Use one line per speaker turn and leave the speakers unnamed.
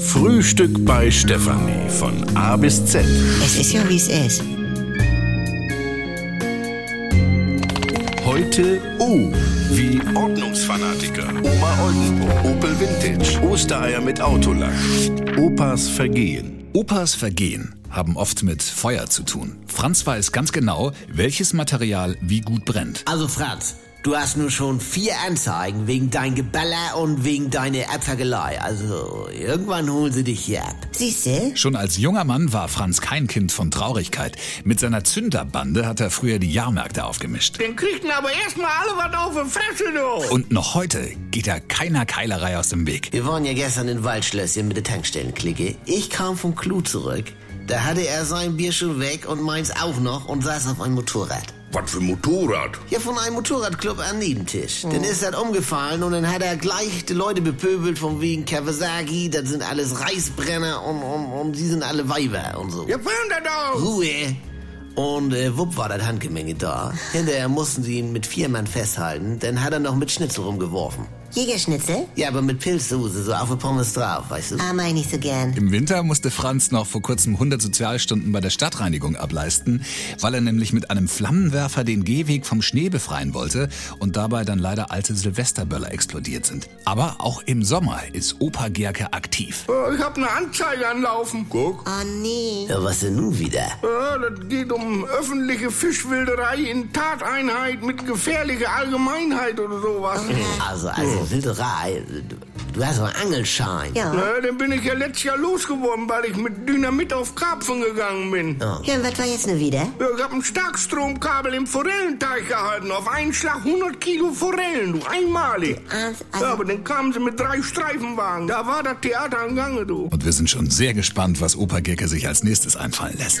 Frühstück bei Stefanie von A bis Z.
Es ist ja, wie es ist.
Heute O wie Ordnungsfanatiker, Oma Oldenburg, Opel Vintage, Ostereier mit Autolack, Opas Vergehen.
Opas Vergehen haben oft mit Feuer zu tun. Franz weiß ganz genau, welches Material wie gut brennt.
Also Franz, du hast nur schon vier Anzeigen wegen dein Geballer und wegen deiner Äpfergelei. Also irgendwann holen sie dich hier ab.
Siehste?
Schon als junger Mann war Franz kein Kind von Traurigkeit. Mit seiner Zünderbande hat er früher die Jahrmärkte aufgemischt.
Dann kriegten aber erstmal alle was auf den Fresse, du.
Und noch heute geht er keiner Keilerei aus dem Weg.
Wir waren ja gestern in Waldschlösschen mit der Tankstellenklicke. Ich kam vom Clou zurück. Da hatte er sein Bier schon weg und meins auch noch und saß auf einem Motorrad.
Was für Motorrad.
Ja, von einem Motorradclub an Nebentisch. Dann ist das umgefallen und dann hat er gleich die Leute bepöbelt von wegen Kawasaki, das sind alles Reißbrenner und, und, und die sind alle Weiber und so.
Ja, fahren da doch.
Ruhe! Und äh, wupp war das Handgemenge da. Hinterher mussten sie ihn mit vier Mann festhalten, dann hat er noch mit Schnitzel rumgeworfen.
Jägerschnitzel?
Ja, aber mit Pilzsoße, so auf die Pommes drauf, weißt du?
Ah, meine ich so gern.
Im Winter musste Franz noch vor kurzem 100 Sozialstunden bei der Stadtreinigung ableisten, weil er nämlich mit einem Flammenwerfer den Gehweg vom Schnee befreien wollte und dabei dann leider alte Silvesterböller explodiert sind. Aber auch im Sommer ist Opa Gerke aktiv.
Äh, Ich hab eine Anzeige anlaufen. Guck.
Oh nee.
Ja, was denn nun wieder?
Das geht um öffentliche Fischwilderei in Tateinheit mit gefährlicher Allgemeinheit oder sowas.
Also, also Wilderei, du, du hast doch einen Angelschein.
Ja.
Na, Äh, dann bin ich ja letztes Jahr losgeworden, weil ich mit Dynamit auf Karpfen gegangen bin.
Ja, und was war jetzt nur wieder?
Ja, Ich hab ein Starkstromkabel im Forellenteich gehalten. Auf einen Schlag 100 Kilo Forellen, du, einmalig.
Eins,
Ja,
also,
aber dann kamen sie mit drei Streifenwagen. Da war das Theater am Gange, du.
Und wir sind schon sehr gespannt, was Opa Gerke sich als nächstes einfallen lässt.